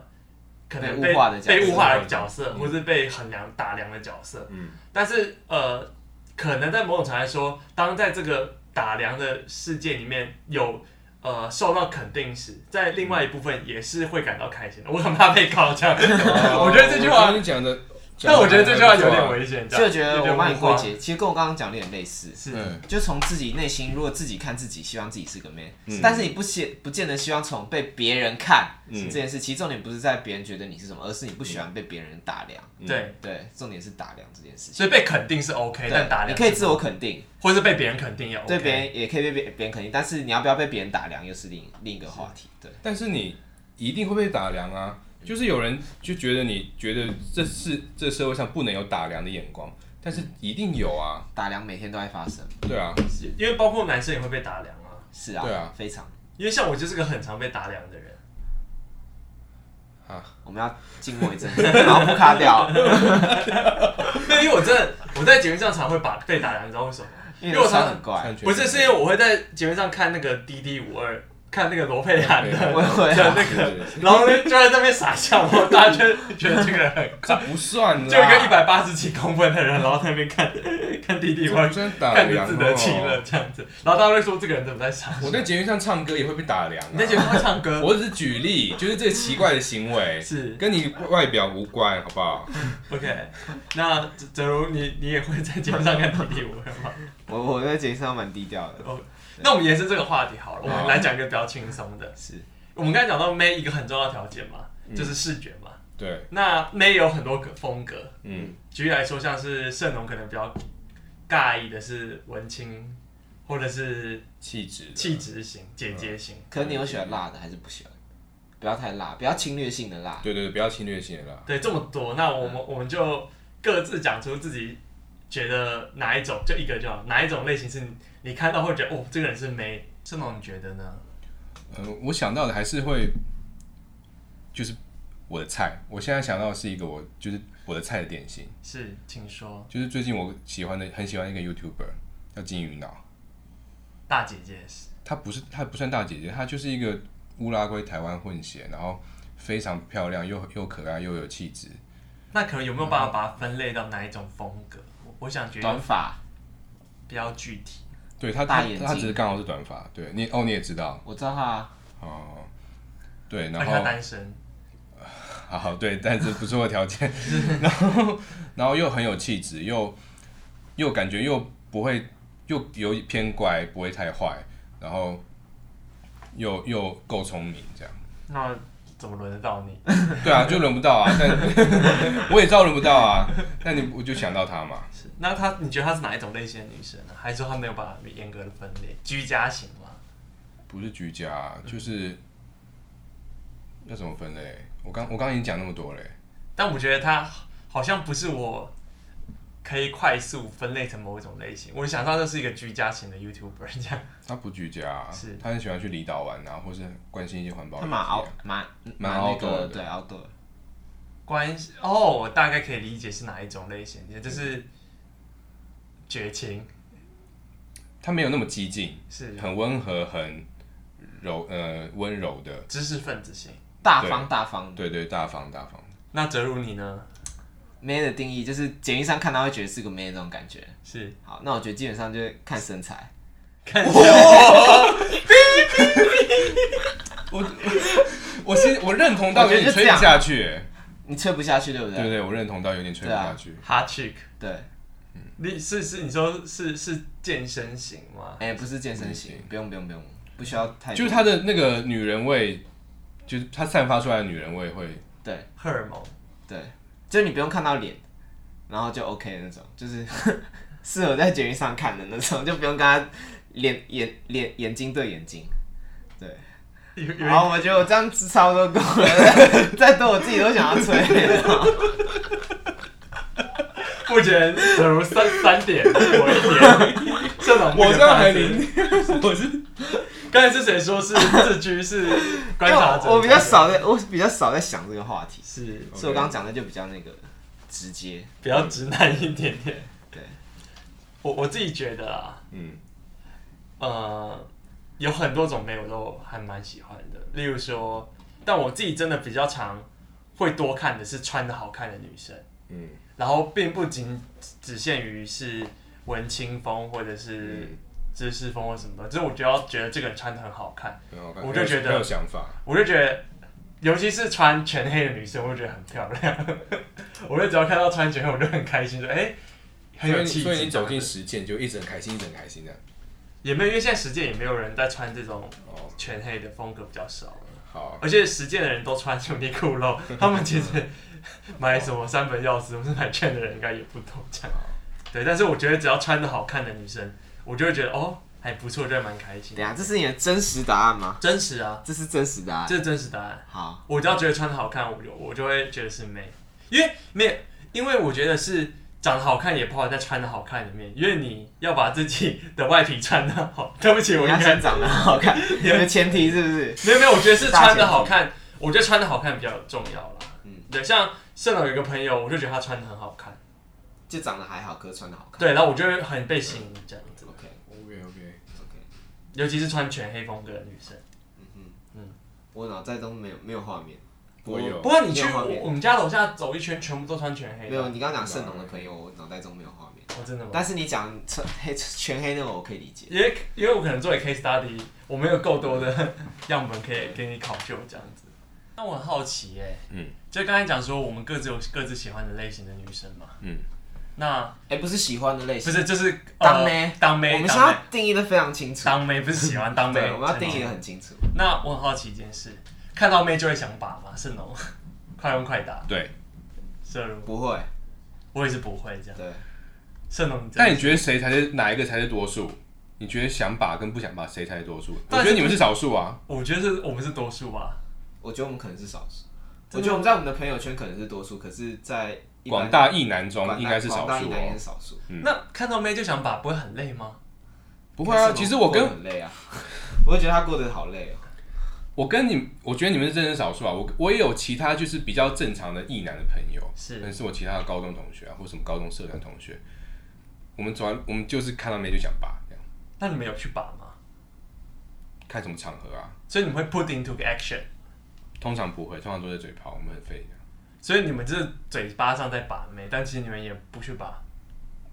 S2: 可能
S1: 被物化的角色
S2: 被物化的角色，
S3: 嗯
S2: 或是被衡量打量的角色。
S3: 嗯，
S2: 但是呃，可能在某种程度来说，当在这个打量的世界里面有呃受到肯定时，在另外一部分也是会感到开心的。我很怕被告这样，
S1: 哦
S2: 我觉得这句
S3: 哦我
S2: 话
S3: 觉得你讲的，
S2: 但我觉得这句话有点
S3: 微，
S2: 危险，这样
S1: 就觉得我帮你归
S2: 啊有点
S1: 结，其实跟我刚刚讲的有点类似。
S2: 是
S3: 嗯
S1: 就从自己内心，如果自己看自己，希望自己是个 man，、
S3: 嗯
S1: 但是你不希不见得希望从被别人看、
S3: 嗯
S1: 这件事，其实重点不是在别人觉得你是什么，而是你不喜欢被别人打量。
S3: 嗯
S2: 对，
S1: 对，重点是打量这件事情。
S2: 所以被肯定是 OK，但打
S1: 你
S2: 量
S1: 可以自我肯定，
S2: 或是被别人肯定也 OK，
S1: 对别人也可以被别别人肯定，
S3: 嗯
S1: 但是你要不要被别人打量又是另另一个话题。对，
S3: 但是你一定会被打量啊。就是有人就觉得你觉得这是这社会上不能有打量的眼光，但是一定有啊，
S1: 打量每天都在发生，
S3: 对啊，
S2: 因为包括男生也会被打量啊。
S1: 是啊，
S3: 对啊
S1: 非常。
S2: 因为像我就是个很常被打量的人，
S3: 啊
S1: 我们要静默一阵， 然后不卡掉，
S2: 没有，因为我真的我在节目上常会把被打量，你知道为什么吗？
S1: 因
S2: 因
S1: 为
S2: 为我
S1: 我
S2: 常
S1: 穿很怪
S3: 看，觉
S2: 不
S3: 得
S2: 是，是因为我会在节目上看那个 D D 五二，看那个罗佩涵的，
S1: 我也会
S2: 的
S1: 啊
S2: 那个， 然后就在那边傻笑，我大家就觉得这个人 很
S3: 这不算啦，啊
S2: 就一个一百八十几公分的人，然后在那边看看弟弟玩，
S3: 真打
S2: 看你
S3: 量
S2: 自得其乐
S3: 啊哦。
S2: 这样子，然后大家会说这个人怎么在傻笑？
S3: 我在节目上唱歌也会被打量、啊，
S2: 你在节目上唱歌，
S3: 我只是举例，就是这个奇怪的行为，
S2: 是
S3: 跟你外表无关，好不好？
S2: OK。那泽泽如你你也会在节目上看弟弟玩吗？
S1: 我我在节目上蛮低调的，
S2: 那我们延伸这个话题好了，我们
S3: 好
S2: 来讲一个比较轻松的。
S1: 是
S2: 我们刚才讲到 May 一个很重要的条件嘛，
S3: 嗯
S2: 就是视觉嘛。
S3: 对，
S2: 那 May 有很多个风格，
S3: 嗯，
S2: 举例来说，像是盛农可能比较尬意的是文青，或者是
S3: 气质，
S2: 气，质型、姐姐型。
S1: 可是你有喜欢辣的还是不喜欢？不要太辣，不要侵略性的辣。
S3: 对对对，不要侵略性的啦。
S2: 对，这么多，那我们、我们就各自讲出自己觉得哪一种，就一个就好，哪一种类型是你你看到会觉得哦，这个人是美，这种你觉得呢？
S3: 呃，我想到的还是会，就是我的菜。我现在想到的是一个我就是我的菜的典型，
S2: 是，请说，
S3: 就是最近我喜欢的很喜欢一个 YouTuber 叫金鱼脑，
S2: 大姐姐是
S3: 她不是她不算大姐姐，她就是一个乌拉圭台湾混血，然后非常漂亮又又可爱又有气质，
S2: 那可能有没有办法把它分类到哪一种风格？我我想觉得
S1: 短发，
S2: 比较具体，
S3: 对她
S1: 大
S3: 她
S1: 眼睛
S3: 她只是刚好是短发，对你哦你也知道
S1: 我知道他啊，
S3: 哦，对，
S2: 而且
S3: 然后
S2: 他哎单身，
S3: 好，对，但是不错的条件， 然后然后又很有气质，又又感觉又不会又有偏乖，不会太坏，然后又又够聪明，这样。
S2: 那怎么轮得到你？
S3: 对啊，就轮不到啊， 但我也知道轮不到啊，那你我就想到他嘛，
S2: 是， 那她你觉得她是哪一种类型的女生呢？还是说她没有把它严格的分类？居家型吗？
S3: 不是居家啊，就是要怎么分类？我刚我刚已经讲那么多嘞，
S2: 但我觉得它好像不是我可以快速分类成某一种类型。我想到这是一个居家型的 YouTuber 这样，
S3: 他不居家、啊
S2: 是，
S3: 他很喜欢去离岛玩啊，或是关心一些环保议
S1: 他
S3: 题
S1: 蛮
S3: 啊、
S1: 凹蛮
S3: 蛮
S1: 那
S3: outdoor
S1: 个
S3: 的
S1: 对 outdoor，
S2: 关系哦，我大概可以理解是哪一种类型，也就是绝情
S3: 他没有那么激进。
S2: 是
S3: 很温和、很柔呃温柔的，
S2: 知识分子型。
S1: 大方大方。
S3: 对对，大方大方。
S2: 那哲如你呢？
S1: man 的定义就是简易上看他会觉得是个 man 那种感觉。
S2: 是
S1: 好，那我觉得基本上就是看身材，
S2: 看
S3: 我是我认同到有点吹不下去、欸
S1: 你吹不下去，对不对？
S3: 对对，我认同到有点吹不下去。
S2: 哈 chick，
S1: 对，
S2: 你是是你说是是健身型吗？
S1: 哎、不是健身
S3: 不
S1: 型，不用不用不用，不需要太多
S3: 就是她的那个女人味，就是她散发出来的女人味会，
S1: 对
S2: 荷尔蒙
S1: 对，就你不用看到脸，然后就 OK 的那种，就是 适合在节目上看的那种，就不用跟他脸眼脸眼睛对眼睛。
S2: 有有一
S1: 然后我觉得我这样子差不多够了， 再多我自己都想要吹了。
S2: 目前哲如三三点，我一点，这种
S3: 我这样还
S2: 零。
S3: 零， 我是
S2: 刚才是谁说是自居是 观察 者？
S1: 我我比较少在，我比较少在想这个话题，
S2: 是
S1: 所以我刚刚讲的就比较那个直接。
S2: 比较直男一点点。
S1: 对，
S2: 我我自己觉得啊，
S3: 嗯，
S2: 呃，有很多种美我都还蛮喜欢的，例如说，但我自己真的比较常会多看的是穿的好看的女生，
S3: 嗯，
S2: 然后并不仅只限于是文青风或者是
S3: 嗯
S2: 知识风或什么的，就是我只要觉得这个人穿的很好看，
S3: 很嗯好看
S2: 我就觉得
S3: 很有想法。
S2: 我就觉得，尤其是穿全黑的女生，我就觉得很漂亮。 我就只要看到穿全黑，我就很开心，说哎、很
S3: 所以
S2: 有
S3: 你
S2: 气质。啊
S3: 所以你走进实践就一直很开心，一直很开心的。
S2: 也没有，因为现在实践也没有人在穿这种
S3: 哦，
S2: 全黑的风格比较少，啊
S3: 好，
S2: 而且实践的人都穿胸内裤咯， 他们其实买什么三本钥匙或是买券的人应该也不多这样。对，但是我觉得只要穿的好看的女生，我就会觉得哦，还不错，真的蛮开心
S1: 等一。下，这是你的真实答案吗？
S2: 真实啊，
S1: 这是真实答案。
S2: 这是真实答案。
S1: 好，
S2: 我只要觉得穿的好看，我就我就会觉得是美，因为没有，因为我觉得是长得好看也包含在穿的好看里面，因为你要把自己的外皮穿的好。 对不起，我
S1: 你
S2: 应
S1: 要
S2: 该
S1: 先长得好 看，你的前提是不是？
S2: 没有没有，我觉得是穿的好看，我觉得穿的好看比较重要啦。
S1: 嗯
S2: 对，像盛龙有一个朋友，我就觉得他穿的很好看，
S1: 就长得还好，可是穿的好看。
S2: 对，然后我就会很被吸引这样子，
S1: OK
S3: OK OK，
S1: OK，
S2: 尤其是穿全黑风格的女生。
S1: 嗯哼，
S2: 嗯
S1: 我脑袋中没有没有画面，
S3: 我有
S2: 不过你去
S1: 没哦有画
S2: 我
S1: 面
S2: 我们家楼下走一圈，全部都穿全黑
S1: 没
S2: 的。
S1: 有。你刚刚讲盛龙的朋友，我脑袋中没有画面。
S2: 哦，真的吗？
S1: 但是你讲全黑全黑那种，我可以理解。
S2: 因为因为我可能作为 case study，我没有够多的样本可以给你考究这样子。那我很好奇耶、
S3: 嗯，
S2: 就刚才讲说我们各自有各自喜欢的类型的女生嘛，
S3: 嗯，
S2: 那
S1: 哎、不是喜欢的类
S2: 不
S1: 型，
S2: 是就是、
S1: 当妹
S2: 呃当妹，
S1: 我们
S2: 当
S1: 是
S2: 妹
S1: 要定义的非常清楚。
S2: 当妹不是喜欢当妹，
S1: 对，我们要定义
S2: 真
S1: 的
S2: 的。
S1: 很清楚。
S2: 那我很好奇一件事，看到妹就会想把吗？是农， 快问快答。
S3: 对。
S2: 摄入，
S1: 不会，
S2: 我也是不会这样。
S1: 对，
S2: 盛龙，真的
S3: 但你觉得谁才是哪一个才是多数？你觉得想把跟不想把谁才是多数？我
S2: 但是
S3: 觉得你们是少数啊。
S2: 我觉得是我们是多数吧？
S1: 我觉得我们可能是少数。我
S2: 真的吗
S1: 觉得我们在我们的朋友圈可能是多数，可是，在一般
S3: 广大异男中
S1: 广
S3: 应该是
S1: 广
S3: 少
S1: 大一
S3: 数
S1: 男应该
S3: 哦。
S1: 是少数。
S3: 嗯
S2: 那看到妹就想把，不会很累吗？
S3: 不会
S1: 可
S3: 啊，
S1: 是
S3: 其实我
S1: 过得
S3: 跟
S1: 很累啊，我会觉得他过得好累哦。
S3: 我跟你，我觉得你们是真的少数啊。我我也有其他就是比较正常的异男的朋友，
S2: 是
S3: 可能是我其他的高中同学啊，或什么高中社团同学。我们主要我们就是看到没就想把，这样
S2: 那你们有去把吗？
S3: 看什么场合啊，
S2: 所以你们会 put into action，
S3: 通常不会，通常都是嘴炮，我们很废的。
S2: 所以你们就是嘴巴上在把妹，但其实你们也不去把，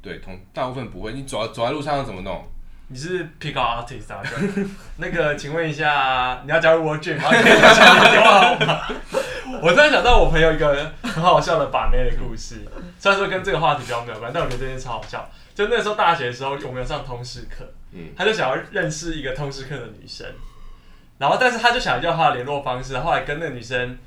S3: 对，通大部分不会。你走走在路上要怎么弄？
S2: 你是 pick up artist 啊？就那个，请问一下，你要加入我 dream 吗？你可以加上你的电话号码。 我突然想到我朋友一个很好笑的把妹的故事，虽然说跟这个话题比较没有关，但我觉得这件事超好笑。就那时候大学的时候，我们有上通识课，
S3: 嗯
S2: 他就想要认识一个通识课的女生，然后但是他就想要她的联络方式，后来跟那个女生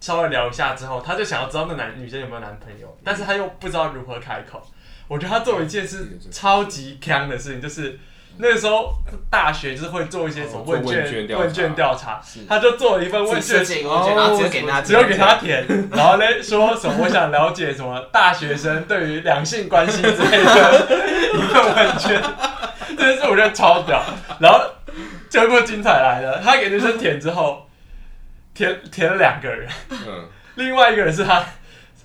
S2: 稍微聊一下之后，他就想要知道那男女生有没有男朋友，
S3: 嗯
S2: 但是他又不知道如何开口。我觉得他做了一件是
S3: 嗯
S2: 超级坑的事情，就是那个时候大学就是会做一些什么
S3: 哦做
S2: 问卷
S3: 问卷调查
S2: 问卷调查
S1: 是，
S2: 他就做了一份问
S1: 自己设
S2: 卷
S1: 计一个问卷，然后只有给他，
S2: 只有给他填，然后嘞说什么我想了解什么大学生对于两性关系之类的一份问卷，这件事我觉得超屌。然后结果精彩来了，他给女生填之后，填填了两个人，
S3: 嗯，
S2: 另外一个人是他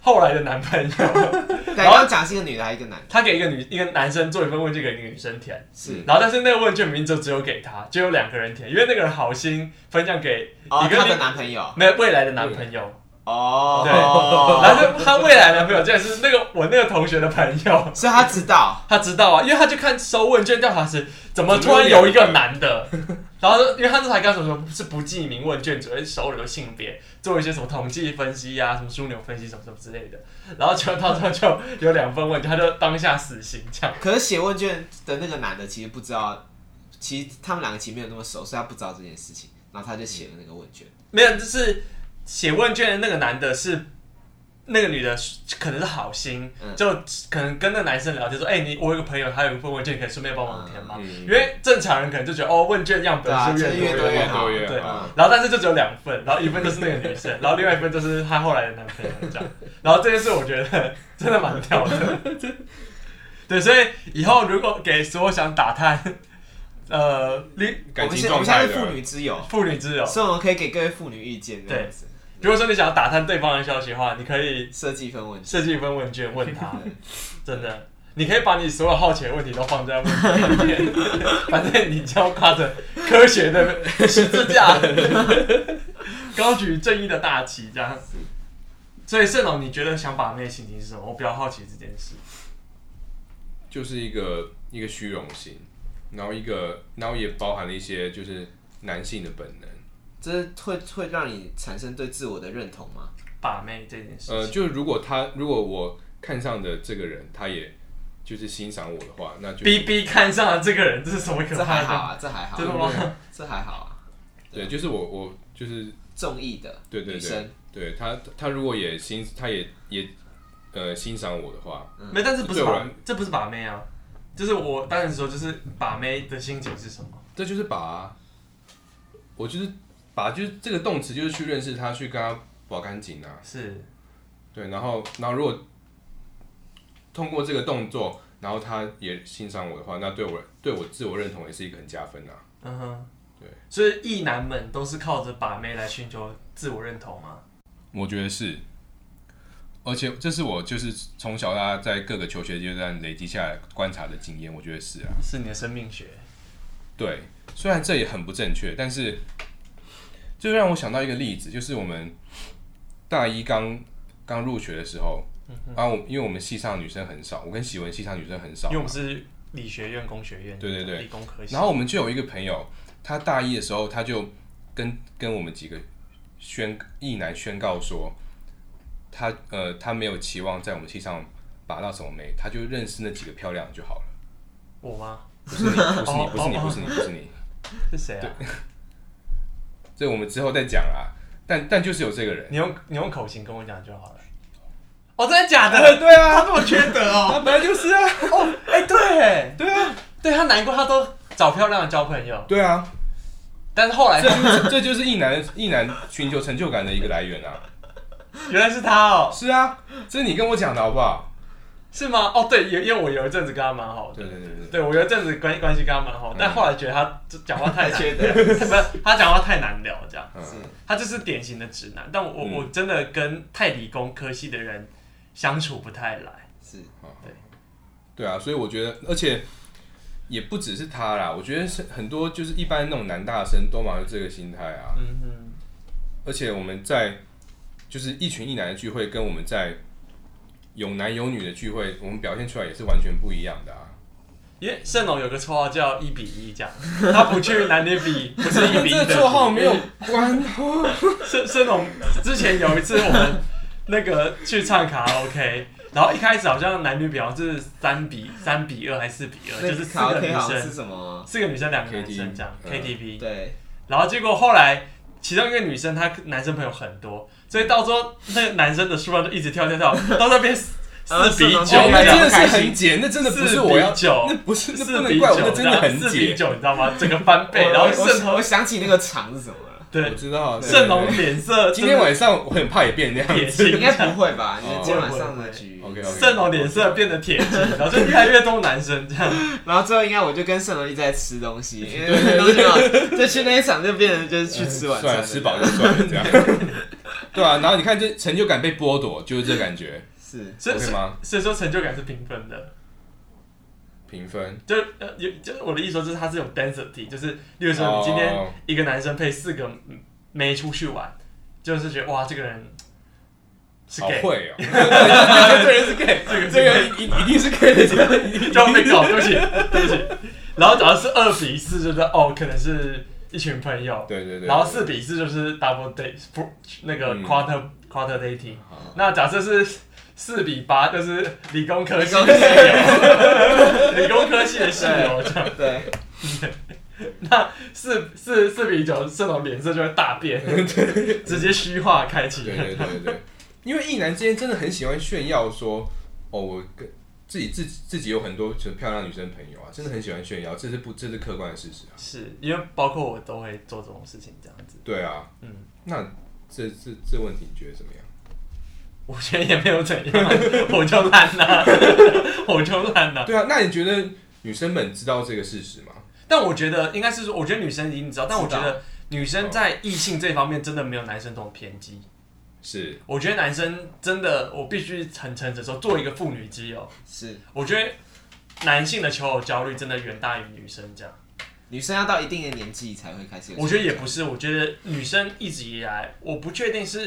S2: 后来的男朋友，
S1: 对，然后讲是一个女的，还是一个男的，
S2: 他给一个女一个男生做一份问卷给一个女生填，
S1: 是
S2: 然后但是那个问卷名就只有给他，只有两个人填，因为那个人好心分享给
S1: 哦，
S2: 一个
S1: 她的
S2: 另
S1: 男朋友
S2: 没有未来的男朋友。
S1: 哦，
S2: 对，然后就她未来男朋友竟然是那个我那个同学的朋友，
S1: 所以他知道，
S2: 他知道啊，因为他就看收问卷调查时，怎么突然有一个男的， 然后因为他这才刚说说是不记名问卷，只会收留性别，做一些什么统计分析啊，什么枢纽分析什么什么之类的，然后结果到时候就有两份问卷，他就当下死刑这样。
S1: 可是写问卷的那个男的其实不知道，其实他们两个其实没有那么熟，所以他不知道这件事情，然后他就写了那个问卷，
S2: 没有，就是写问卷的那个男的是那个女的，可能是好心，
S1: 嗯
S2: 就可能跟那男生聊天说：“哎、你我有个朋友，他有一份问卷，可以顺便帮忙填吗？”
S1: 啊
S3: 嗯嗯
S2: 因为正常人可能就觉得哦，问卷样
S1: 对啊
S2: 本数
S1: 就是
S2: 越
S1: 越
S2: 多
S1: 多嗯
S2: 越
S1: 越
S2: 好。
S1: 好
S3: 多越
S2: 对
S3: 好。
S2: 然后但是就只有两份，然后一份就是那个女 生，然后另外一份就是她后来的男朋友这样。然后这件事我觉得真的蛮屌的， 对，所以以后如果给所有想打探呃女
S3: 感
S1: 我们
S3: 情
S1: 现我
S3: 状
S1: 们现在
S3: 态啊
S1: 是
S3: 的
S1: 妇女之友，
S2: 妇女之友，
S1: 所以我们可以给各位妇女意见，这样子
S2: 如果说你想要打探对方的消息的话，你可以
S1: 设计一份问卷。
S2: 设计一份问卷问他，真的，你可以把你所有好奇的问题都放在问卷里面，反正你就要挂着科学的十字架，高举正义的大旗这样。所以盛龙，你觉得想把妹的心情是什么？我比较好奇这件事。
S3: 就是一个一个虚荣心，然后一个，然后也包含了一些就是男性的本能。
S1: 这会会让你产生对自我的认同吗？
S2: 把妹这件事情，
S3: 呃，就如果他如果我看上的这个人，他也就是欣赏我的话，那就
S2: 逼逼看上了这个人，这是什么可
S1: 这
S2: 怕
S1: 还
S2: 的？
S1: 好啊，这还好
S2: 真的
S1: 啊，
S2: 吗？
S1: 这还好啊。
S3: 对，就是我我就是
S1: 中意的
S3: 对对
S1: 女生
S3: 对，对他他如果也欣他也也呃欣赏我的话，
S2: 没，但是不是
S3: 对我
S2: 把
S3: 来，
S2: 这不是把妹啊，就是我当时说，就是把妹的心情是什么？
S3: 这就是把啊，我就是把，就是这个动词就是去认识他，去跟他保干净啊。
S2: 是
S3: 对，然后然后如果通过这个动作，然后他也欣赏我的话，那对我对我自我认同也是一个很加分啊。
S2: 嗯哼，
S3: 对，
S2: 所以异男们都是靠着把妹来寻求自我认同吗？
S3: 我觉得是，而且这是我就是从小到大在各个求学阶段累积下来观察的经验，我觉得是啊。
S2: 是你的生命学，
S3: 对，虽然这也很不正确，但是就让我想到一个例子，就是我们大一刚刚入学的时候，
S2: 嗯
S3: 啊，我因为我们系上女生很少，我跟喜文系上女生很少
S2: 因为，我们是理学院、工学院，
S3: 对对对
S2: 理工科系，
S3: 然后我们就有一个朋友，他大一的时候他就跟跟我们几个宣意男宣告说，他呃他没有期望在我们系上把到什么妹，他就认识那几个漂亮就好了，
S2: 我吗？
S3: 不 是你，不是你，不是你，不是你，不是你。
S2: 是谁啊？
S3: 这我们之后再讲啦。但但就是有这个人，
S2: 你用你用口型跟我讲就好了。哦，真的假的？
S3: 对啊，
S2: 他 这么缺德哦！
S3: 他本来就是啊，
S2: 哦， 哎、对，
S3: 对啊，
S2: 对他难怪他都找漂亮的交朋友，
S3: 对啊，
S2: 但是后来
S3: 这就是这就是一男一男寻求成就感的一个来源啊。
S2: 原来是他哦，
S3: 是啊，这是你跟我讲的好不好？
S2: 是吗？哦，对，因因为我有一阵子跟他蛮好的
S3: 对，对对对，
S2: 对我有一阵子关关系跟他蛮好，但
S3: 嗯
S2: 后来觉得他就讲话太
S1: 太
S2: 难，
S1: 缺德，
S2: 不是他讲话太难聊，这样，
S1: 是
S3: 嗯，
S2: 他就是典型的直男。但我我、
S3: 嗯
S2: 我真的跟太理工科系的人相处不太来，
S1: 是
S3: 对啊，所以我觉得，而且也不只是他啦，我觉得是很多就是一般那种男大生都嘛是这个心态啊。
S2: 嗯哼，
S3: 而且我们在就是一群一男的聚会，跟我们在有男有女的聚会，我们表现出来也是完全不一样的啊。
S2: 因为盛龙有个绰号叫一比一，这样，他不去男女比， 不是一比一
S3: 这
S2: 的
S3: 个绰号没有关
S2: 盛盛龙之前有一次我们那个去唱卡拉 OK，然后一开始好像男女比好像是三比三比二还是四比二，
S1: 那
S2: 就是四
S1: 卡拉
S2: 个
S1: OK
S2: 女
S1: 好像是
S2: 生，
S1: 什么？
S2: 四个女生两个男
S3: KTV
S2: 生这样
S3: 嗯
S2: KTV，
S1: 对，
S2: 然后结果后来其中一个女生她男生朋友很多，所以到时候那个男生的数量就一直跳跳跳，到 那边四
S1: 啊
S2: 四比
S1: 是吗
S2: 九
S1: 哦，
S3: 那
S1: 那
S3: 真
S1: 真的
S3: 的是
S1: 是
S3: 很
S1: 很
S3: 解，那真的不是
S2: 四
S3: 我要
S2: 比，九
S3: 那不是那
S2: 四
S3: 不能
S2: 比
S3: 怪我，
S2: 九
S3: 那真的很
S2: 四比
S3: 解。
S2: 九，你知道吗？整个翻 倍，
S1: 我
S2: 然后
S1: 我
S2: 盛
S1: 我我
S2: 龙
S1: 想起那个场是什么了？
S3: 我
S2: 对
S3: 知道，对
S2: 盛龙
S3: 对对
S2: 脸色，
S3: 今天晚上我很怕也变那
S2: 铁
S3: 样子。
S2: 青啊
S1: 应该 不会吧？
S3: 哦
S1: 你今天晚上的局，
S3: OK
S2: 盛
S3: OK，
S2: 龙脸色变得铁青，然后就越来越多男生这样。
S1: 然后最后应该我就跟盛龙一直在吃东 西，因为那东西很好 吃就去那一场就变成就是去吃晚
S3: 算
S1: 餐
S3: 了，
S1: 了，
S3: 哎吃饱就算了，这样。 对啊，然后你看这成就感被剥夺，就是这感觉
S1: 是
S2: 所以
S3: ，OK
S2: 所
S3: 吗？
S2: 以所以说成就感是平分的，
S3: 评分，
S2: 就呃有就是我的意思说就是它是有 density，就是例如说你今天
S3: 哦
S2: 一个男生配四个妹出去玩，就是觉得哇，这个人是
S3: 好
S2: gay，
S3: 会哦，这人是 gay，
S2: 这个
S3: 这
S2: 这
S3: 个一一定是 gay 的，
S2: 个就要被搞，对不起，对不起。然后只要是二比四，就是哦，可能是一群朋友，
S3: 对对对，
S2: 然后四比四就是 double date，不那个
S3: 嗯
S2: quarter、quarter dating
S3: 好。
S2: 那假设是四比八，就是理工科系的室友，理工科系的室友这样。
S1: 对，
S2: 那四四四比九，这种脸色就会大变， 直接虚化开启。
S3: 对对对对，因为异男之间真的很喜欢炫耀说，哦，我跟自己自己自己有很多就是漂亮女生朋友啊，真的很喜欢炫耀，这是不这是客观的事实啊。
S2: 是因为包括我都会做这种事情，这样子，
S3: 对啊，
S2: 嗯，
S3: 那这这这问题你觉得怎么样？
S2: 我觉得也没有怎样，我就烂了， 我就烂了。
S3: 对啊，那你觉得女生们知道这个事实吗？
S2: 但我觉得应该是说，我觉得女生已经知道，但我觉
S1: 知
S2: 得女生在异性这方面真的没有男生这种偏激。
S3: 是，
S2: 我觉得男生真的，我必须很诚实地说，做一个妇女基友，
S1: 是
S2: 我觉得男性的求偶焦虑真的远大于女生这样。
S1: 女生要到一定的年纪才会开始有成就感。
S2: 我觉得也不是，我觉得女生一直以来，我不确定是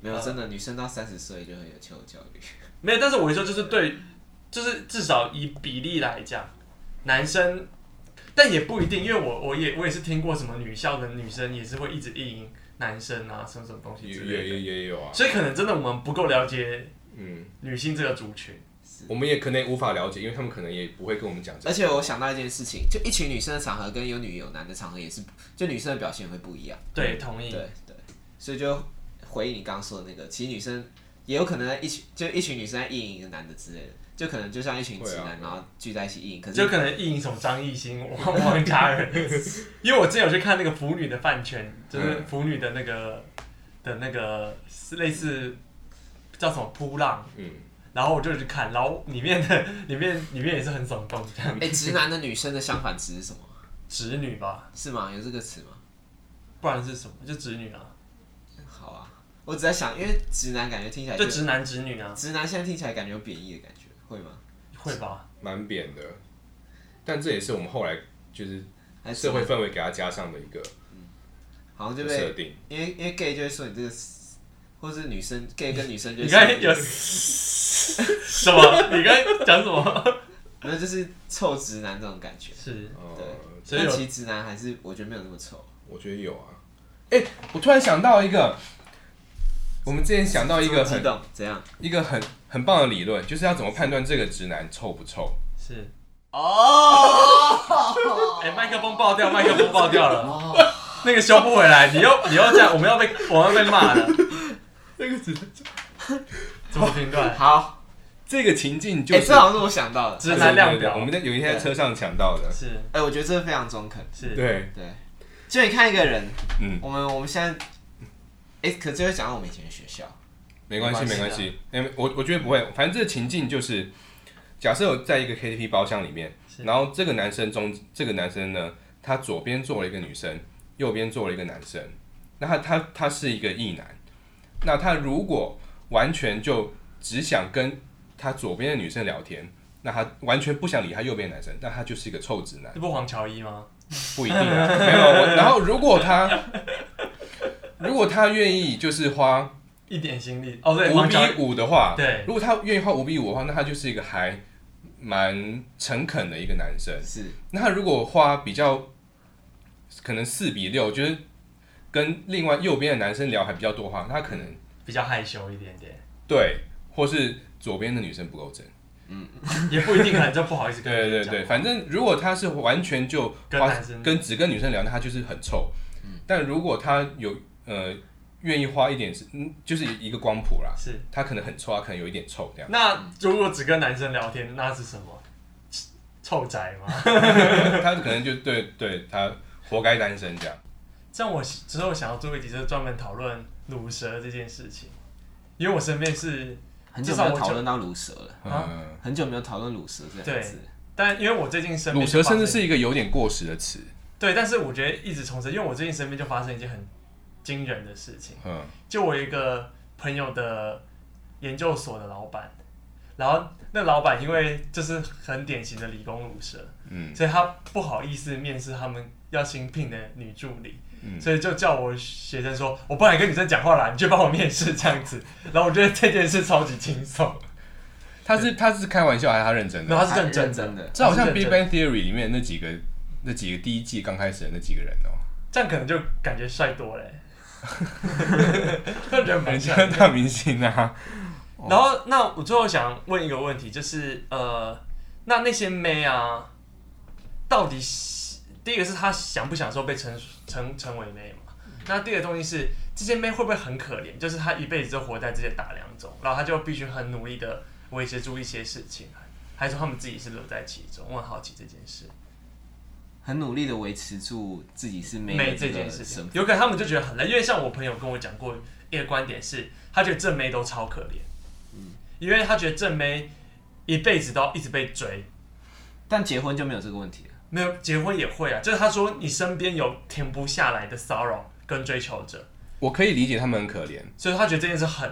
S1: 没
S3: 啊
S1: 有真的，女生到三十岁就会有求偶焦虑。
S2: 没有，但是我会说就是对，就是至少以比例来讲，男生，但也不一定，因为我我也我也是听过什么女校的女生也是会一直意淫男生啊，什么什么东西
S3: 也
S2: 之类
S3: 也也
S2: 的，
S3: 也有啊，
S2: 所以可能真的我们不够了解
S3: 嗯，
S2: 女性这个族群，
S3: 我们也可能也无法了解，因为他们可能也不会跟我们讲这
S1: 而
S3: 个。
S1: 且我想到一件事情，就一群女生的场合跟有女有男的场合也是，就女生的表现会不一样。
S2: 对，同意，
S1: 对对，所以就回应你刚刚说的那个，其实女生也有可能在一群就一群女生在意淫一个男的之类的，就可能就像一群直
S3: 会啊
S1: 男，然后聚在一起意淫，可是
S2: 就可能意淫什么张艺兴、王王家人， 因为我之前有去看那个腐女的饭圈，就是
S3: 嗯
S2: 腐女的那个的那个是类似叫什么扑浪，
S3: 嗯，
S2: 然后我就去看，然后里面的 里面里面也是很耸动，这样
S1: 哎、直男的女生的相反词是什么？
S2: 直女吧，
S1: 是吗？有这个词吗？
S2: 不然是什么？就直女啊，
S1: 好啊，我只在想，因为直男感觉听起来
S2: 就
S1: 就
S2: 直男直女啊，
S1: 直男现在听起来感觉有贬义的感觉，会吗？
S2: 会吧？
S3: 蛮扁的，但这也是我们后来就是
S1: 还是
S3: 社会氛围给它加上的一个
S1: 好像就被
S3: 设定。
S1: 因为因为 gay 就会说你这个死，或是女生 gay 跟女生就
S2: 你
S1: 会
S2: 刚
S1: 说
S2: 才有 什么？你刚才讲什么？
S1: 没有就是臭直男这种感觉。
S2: 是，
S3: 哦
S1: 对，
S2: 所以
S1: 但
S2: 有
S1: 其实直男还是我觉得没有那么臭。
S3: 我觉得有啊。哎、我突然想到一个，我们之前想到一个
S1: 这么
S3: 很
S1: 激动怎样？
S3: 一个很很棒的理论，就是要怎么判断这个直男臭不臭？
S2: 是，
S1: 哦，
S2: 哎、麦克风爆掉，麦克风爆掉了，那个修不回来，你又你又这样，我们要被我们要被骂了。
S3: 那个直
S2: 怎么评断？
S1: 好，
S3: 这个情境就
S1: 哎，
S3: 是、
S1: 这好像是我想到的。
S2: 直男量表
S3: 我们在有一天在车上想到的。
S2: 是
S1: 哎，我觉得这非常中肯。
S2: 是，
S3: 对，
S1: 对，就你看一个人，
S3: 嗯，
S1: 我们我们现在，哎，可这会讲到我们以前的学校。
S3: 没关系，
S1: 没
S3: 没
S1: 关
S3: 关
S1: 系
S3: 系。哎、我我觉得不会，反正这个情境就是，假设我在一个 KTV 包厢里面，
S2: 是
S3: 然后这个男生中，这个男生呢，他左边坐了一个女生，右边坐了一个男生，那他他他是一个异男，那他如果完全就只想跟他左边的女生聊天，那他完全不想理他右边的男生，那他就是一个臭直男。
S2: 这不黄乔伊吗？
S3: 不一定啊，没有。我然后如果他如果他愿意就是花
S2: 一点心力哦，对，
S3: 五
S2: 黄
S3: 比啊
S2: 乔伊
S3: 五的话，
S2: 对
S3: 如果他愿意花五比五的话，那他就是一个还蛮诚恳的一个男生。
S1: 是，
S3: 那他如果花比较可能四比六，就是跟另外右边的男生聊还比较多的话，那他可能
S2: 比较害羞一点点，
S3: 对，或是左边的女生不够真。
S2: 也不一定啊，你就不好意思跟
S3: 对
S2: 别人
S3: 对
S2: 讲
S3: 对，反正如果他是完全就
S2: 跟
S3: 花
S2: 男生嗯
S3: 跟只跟女生聊，那他就是很臭。但如果他有呃愿意花一点时，嗯，就是一个光谱啦，
S2: 是。
S3: 他可能很臭，他可能有一点臭这样。
S2: 那如果只跟男生聊天，那是什么？臭宅吗？
S3: 他可能就对对他活该单身这样。
S2: 这样我之后想要做一集，就是专门讨论乳蛇这件事情，因为我身边是，
S1: 很久没有讨论到乳蛇了，
S2: 啊
S3: 嗯，
S1: 很久没有讨论乳蛇这两个字。
S2: 但因为我最近身边
S3: 乳
S2: 就
S3: 蛇
S2: 发生
S3: 甚至是一个有点过时的词。
S2: 对，但是我觉得一直重生，因为我最近身边就发生一件很惊人的事情。
S3: 嗯，
S2: 就我有一个朋友的研究所的老板，然后那老板因为就是很典型的理工乳蛇，
S3: 嗯，
S2: 所以他不好意思面试他们要新聘的女助理，
S3: 嗯
S2: 所以就叫我学生说，我不敢跟女生讲话啦，你去帮我面试这样子。然后我觉得这件事超级轻松，
S3: 他是他是开玩笑还是他认真
S2: 然后
S3: 的？
S2: 他是认真
S1: 认哎真的
S3: 这好
S2: 他
S3: 像《
S2: 是认
S3: Big
S2: 真
S3: Bang Theory》里面那几个那几个第一季刚开始的那几个人哦、
S2: 这样可能就感觉帅多了、欸，那人蛮
S3: 人
S2: 帅
S3: 家
S2: 的。
S3: 大明星啊，
S2: 然后，那我最后想问一个问题，就是呃，那那些妹啊，到底喜第一个是她想不享受被称称称为妹嘛？那第二个东西是这些妹会不会很可怜？就是她一辈子就活在这些打量中，然后她就必须很努力的维持住一些事情，还是说她们自己是乐在其中？我很好奇这件事，
S1: 很努力的维持住自己是美
S2: 妹
S1: 的
S2: 这
S1: 个
S2: 件事
S1: 身
S2: 情
S1: 份，
S2: 有可能她们就觉得很累，因为像我朋友跟我讲过一个观点是，他觉得正妹都超可怜，
S1: 嗯
S2: 因为他觉得正妹一辈子都要一直被追。
S1: 但结婚就没有这个问题了。
S2: 没有结婚也会啊，就是他说你身边有停不下来的骚扰跟追求者，
S3: 我可以理解他们很可怜。
S2: 所以他觉得这件事很，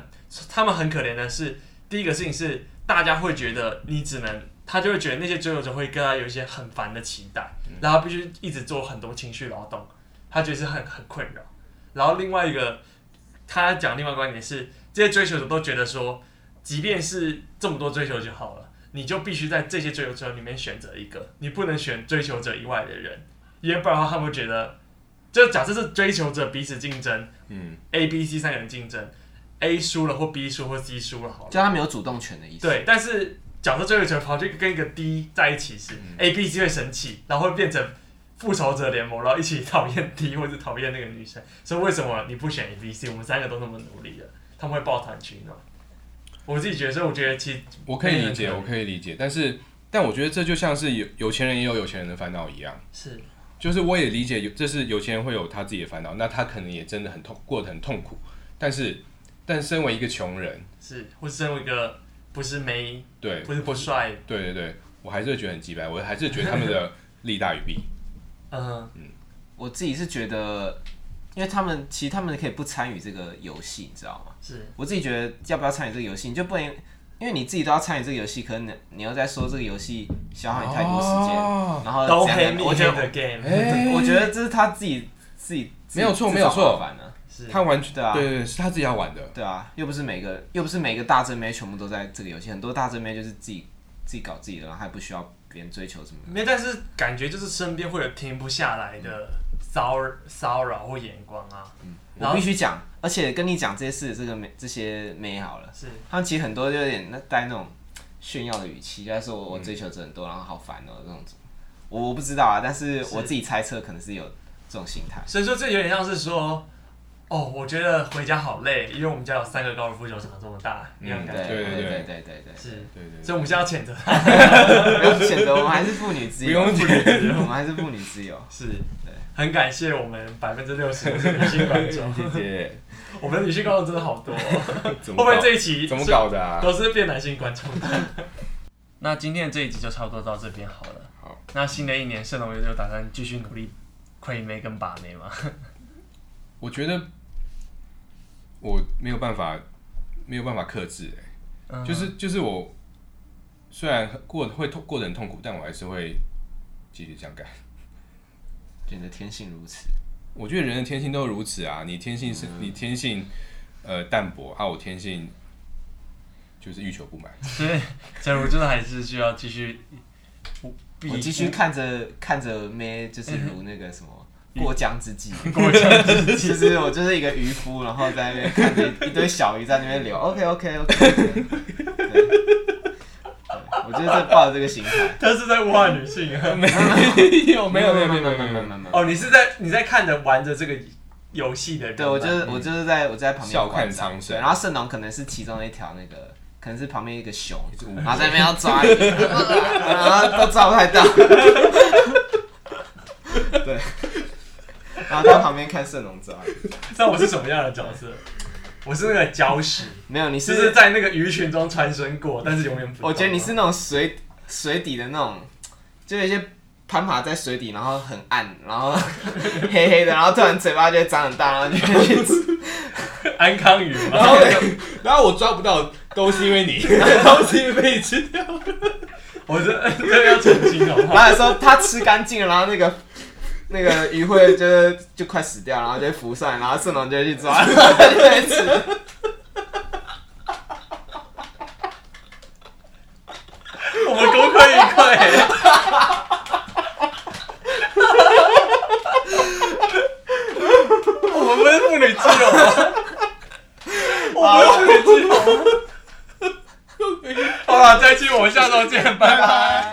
S2: 他们很可怜的是，第一个事情是大家会觉得你只能，他就会觉得那些追求者会跟他有一些很烦的期待，然后他必须一直做很多情绪劳动，他觉得是很很困扰。然后另外一个，他讲另外一个观点是，这些追求者都觉得说，即便是这么多追求者好了，你就必须在这些追求者里面选择一个，你不能选追求者以外的人，因为不然的话他们会觉得，就假设是追求者彼此竞争。
S3: 嗯，
S2: A、B、C 三个人竞争，A 输了或 B 输或 C 输了好了。
S1: 就他没有主动权的意思。
S2: 哦对，但是假设最后一球跑去跟一个 D 在一起时、a
S1: 嗯
S2: B、C 会生气，然后会变成复仇者联盟，然后一起讨厌 D 或者讨厌那个女生。所以为什么你不选 A、B、C？我们三个都那么努力了，他们会抱团取暖。我自己觉得，所以我觉得其实
S3: 我可以理解，
S2: 那个
S3: 我可以理解，但是但我觉得这就像是有有钱人也有有钱人的烦恼一样，
S2: 是
S3: 就是我也理解有，这是有钱人会有他自己的烦恼，那他可能也真的很痛，过得很痛苦，但是但身为一个穷人，
S2: 是，或是身为一个不是没
S3: 对
S2: 不是不帅，
S3: 对对对，我还是会觉得很鸡掰，我还是觉得他 们的利大于弊，
S2: 嗯，
S1: 我自己是觉得，因为他们其实他们可以不参与这个游戏，你知道吗？
S2: 是
S1: 我自己觉得要不要参与这个游戏，你就不能因为你自己都要参与这个游戏，可能你你又在说这个游戏消耗你太多时间，
S3: 哦
S1: 然后
S2: 都
S1: 这样
S2: 黑
S1: 的
S2: 密
S1: 我
S2: 黑
S1: 觉
S2: 的
S1: 呃 得
S2: game，、
S3: 哎
S1: 我觉得这是他自己自己
S3: 没有错没有错
S1: 反啊，
S2: 是
S3: 他完全
S1: 对啊
S3: 对对，是他自己要玩的，
S1: 对啊，又不是每个又不是每个大正妹全部都在这个游戏，很多大正妹就是自己自己搞自己的，然后还不需要别人追求什么。
S2: 没有，但是感觉就是身边会有停不下来的骚骚扰或眼光啊，然后
S1: 我必须讲，而且跟你讲这些事，这个美这些妹好了，
S2: 是
S1: 他们其实很多就有点那带那种炫耀的语气，就在说我我追求者很多，然后好烦哦、这种。我我不知道啊，但是
S2: 是
S1: 我自己猜测可能是有这种心态。
S2: 所以说这有点像是说，哦，我觉得回家好累，因为我们家有三个高尔夫球场这么大，一样
S1: 对
S3: 嗯
S2: 感觉、
S1: 对
S3: 对
S1: 对对对对，
S2: 是，
S3: 对对
S2: 所以我们现在要谴责他，
S1: 不要谴责，我们还是妇女之友，
S3: 不用谴
S1: 我们还是妇女之友。
S2: 是，很感谢我们百分之六十 的女性观众，
S3: 对，姐
S2: 我们的女性观众真的好多、哦，
S3: 姐怎
S2: 会不
S3: 么搞
S2: 会这一期
S3: 怎么搞的啊？
S2: 都是变男性观众的。 那今天的这一集就差不多到这边好了。
S3: 好，
S2: 那新的一年，盛龙就打算继续努力亏妹跟把妹嘛。
S3: 我觉得我没有办法，没有办法克制、欸，
S2: 嗯
S3: 就是就是我虽然很过会痛过得很痛苦，但我还是会继续这样干。
S1: 觉得天性如此，
S3: 我觉得人的天性都如此啊，你天性是、
S1: 嗯
S3: 你天性呃淡薄啊，我天性就是欲求不满。
S2: 所以，假如真的还是需要继续，必
S1: 我继续看着看着妹，就是如那个什么过江之 鲫。
S2: 过江之 鲫
S1: 就是我就是一个渔夫，然后在那边看着一堆小鱼在那边流。OK OK OK, 对对，我就是在抱着这个心态。
S2: 他是在污害女性啊！没
S3: 有没有没有没有没有没有
S1: 没有。
S2: 哦，你是在你在看着玩着这个游戏的人吧，
S1: 对，我就是我就是在我就在旁边
S3: 嗯笑看
S1: 观赏
S3: 苍生
S1: 对，然后盛龙可能是其中一条那个，可能是旁边一个熊
S3: 一只乌，龟
S1: 然后在那边要抓鱼，然后都抓不太到。对，然后在旁边看盛龙抓鱼。
S2: 知道我是什么样的角色？我是那个礁石，
S1: 没有，你是
S2: 就是在那个鱼群中穿身过，但是永远不。
S1: 我觉得你是那种水水底的那种，就有一些攀爬在水底，然后很暗，然后 黑黑的，然后突然嘴巴就会张很大，然后就会去吃。
S2: 安康鱼
S3: 然
S2: 吗？
S3: 后 然后我抓不到，都是因为 你，都是因为你吃掉。
S2: 我这这个 要澄清哦 好不好？
S1: 然后有时候它吃干净了，然后那个那个鱼会就是就快死掉，然后就会浮上来，然后圣龙就会去抓， 就会吃。
S2: 我们功亏一篑。我们不是妇女之友吗？我们不是妇女之友吗。好了，再见，我们下周见，拜拜。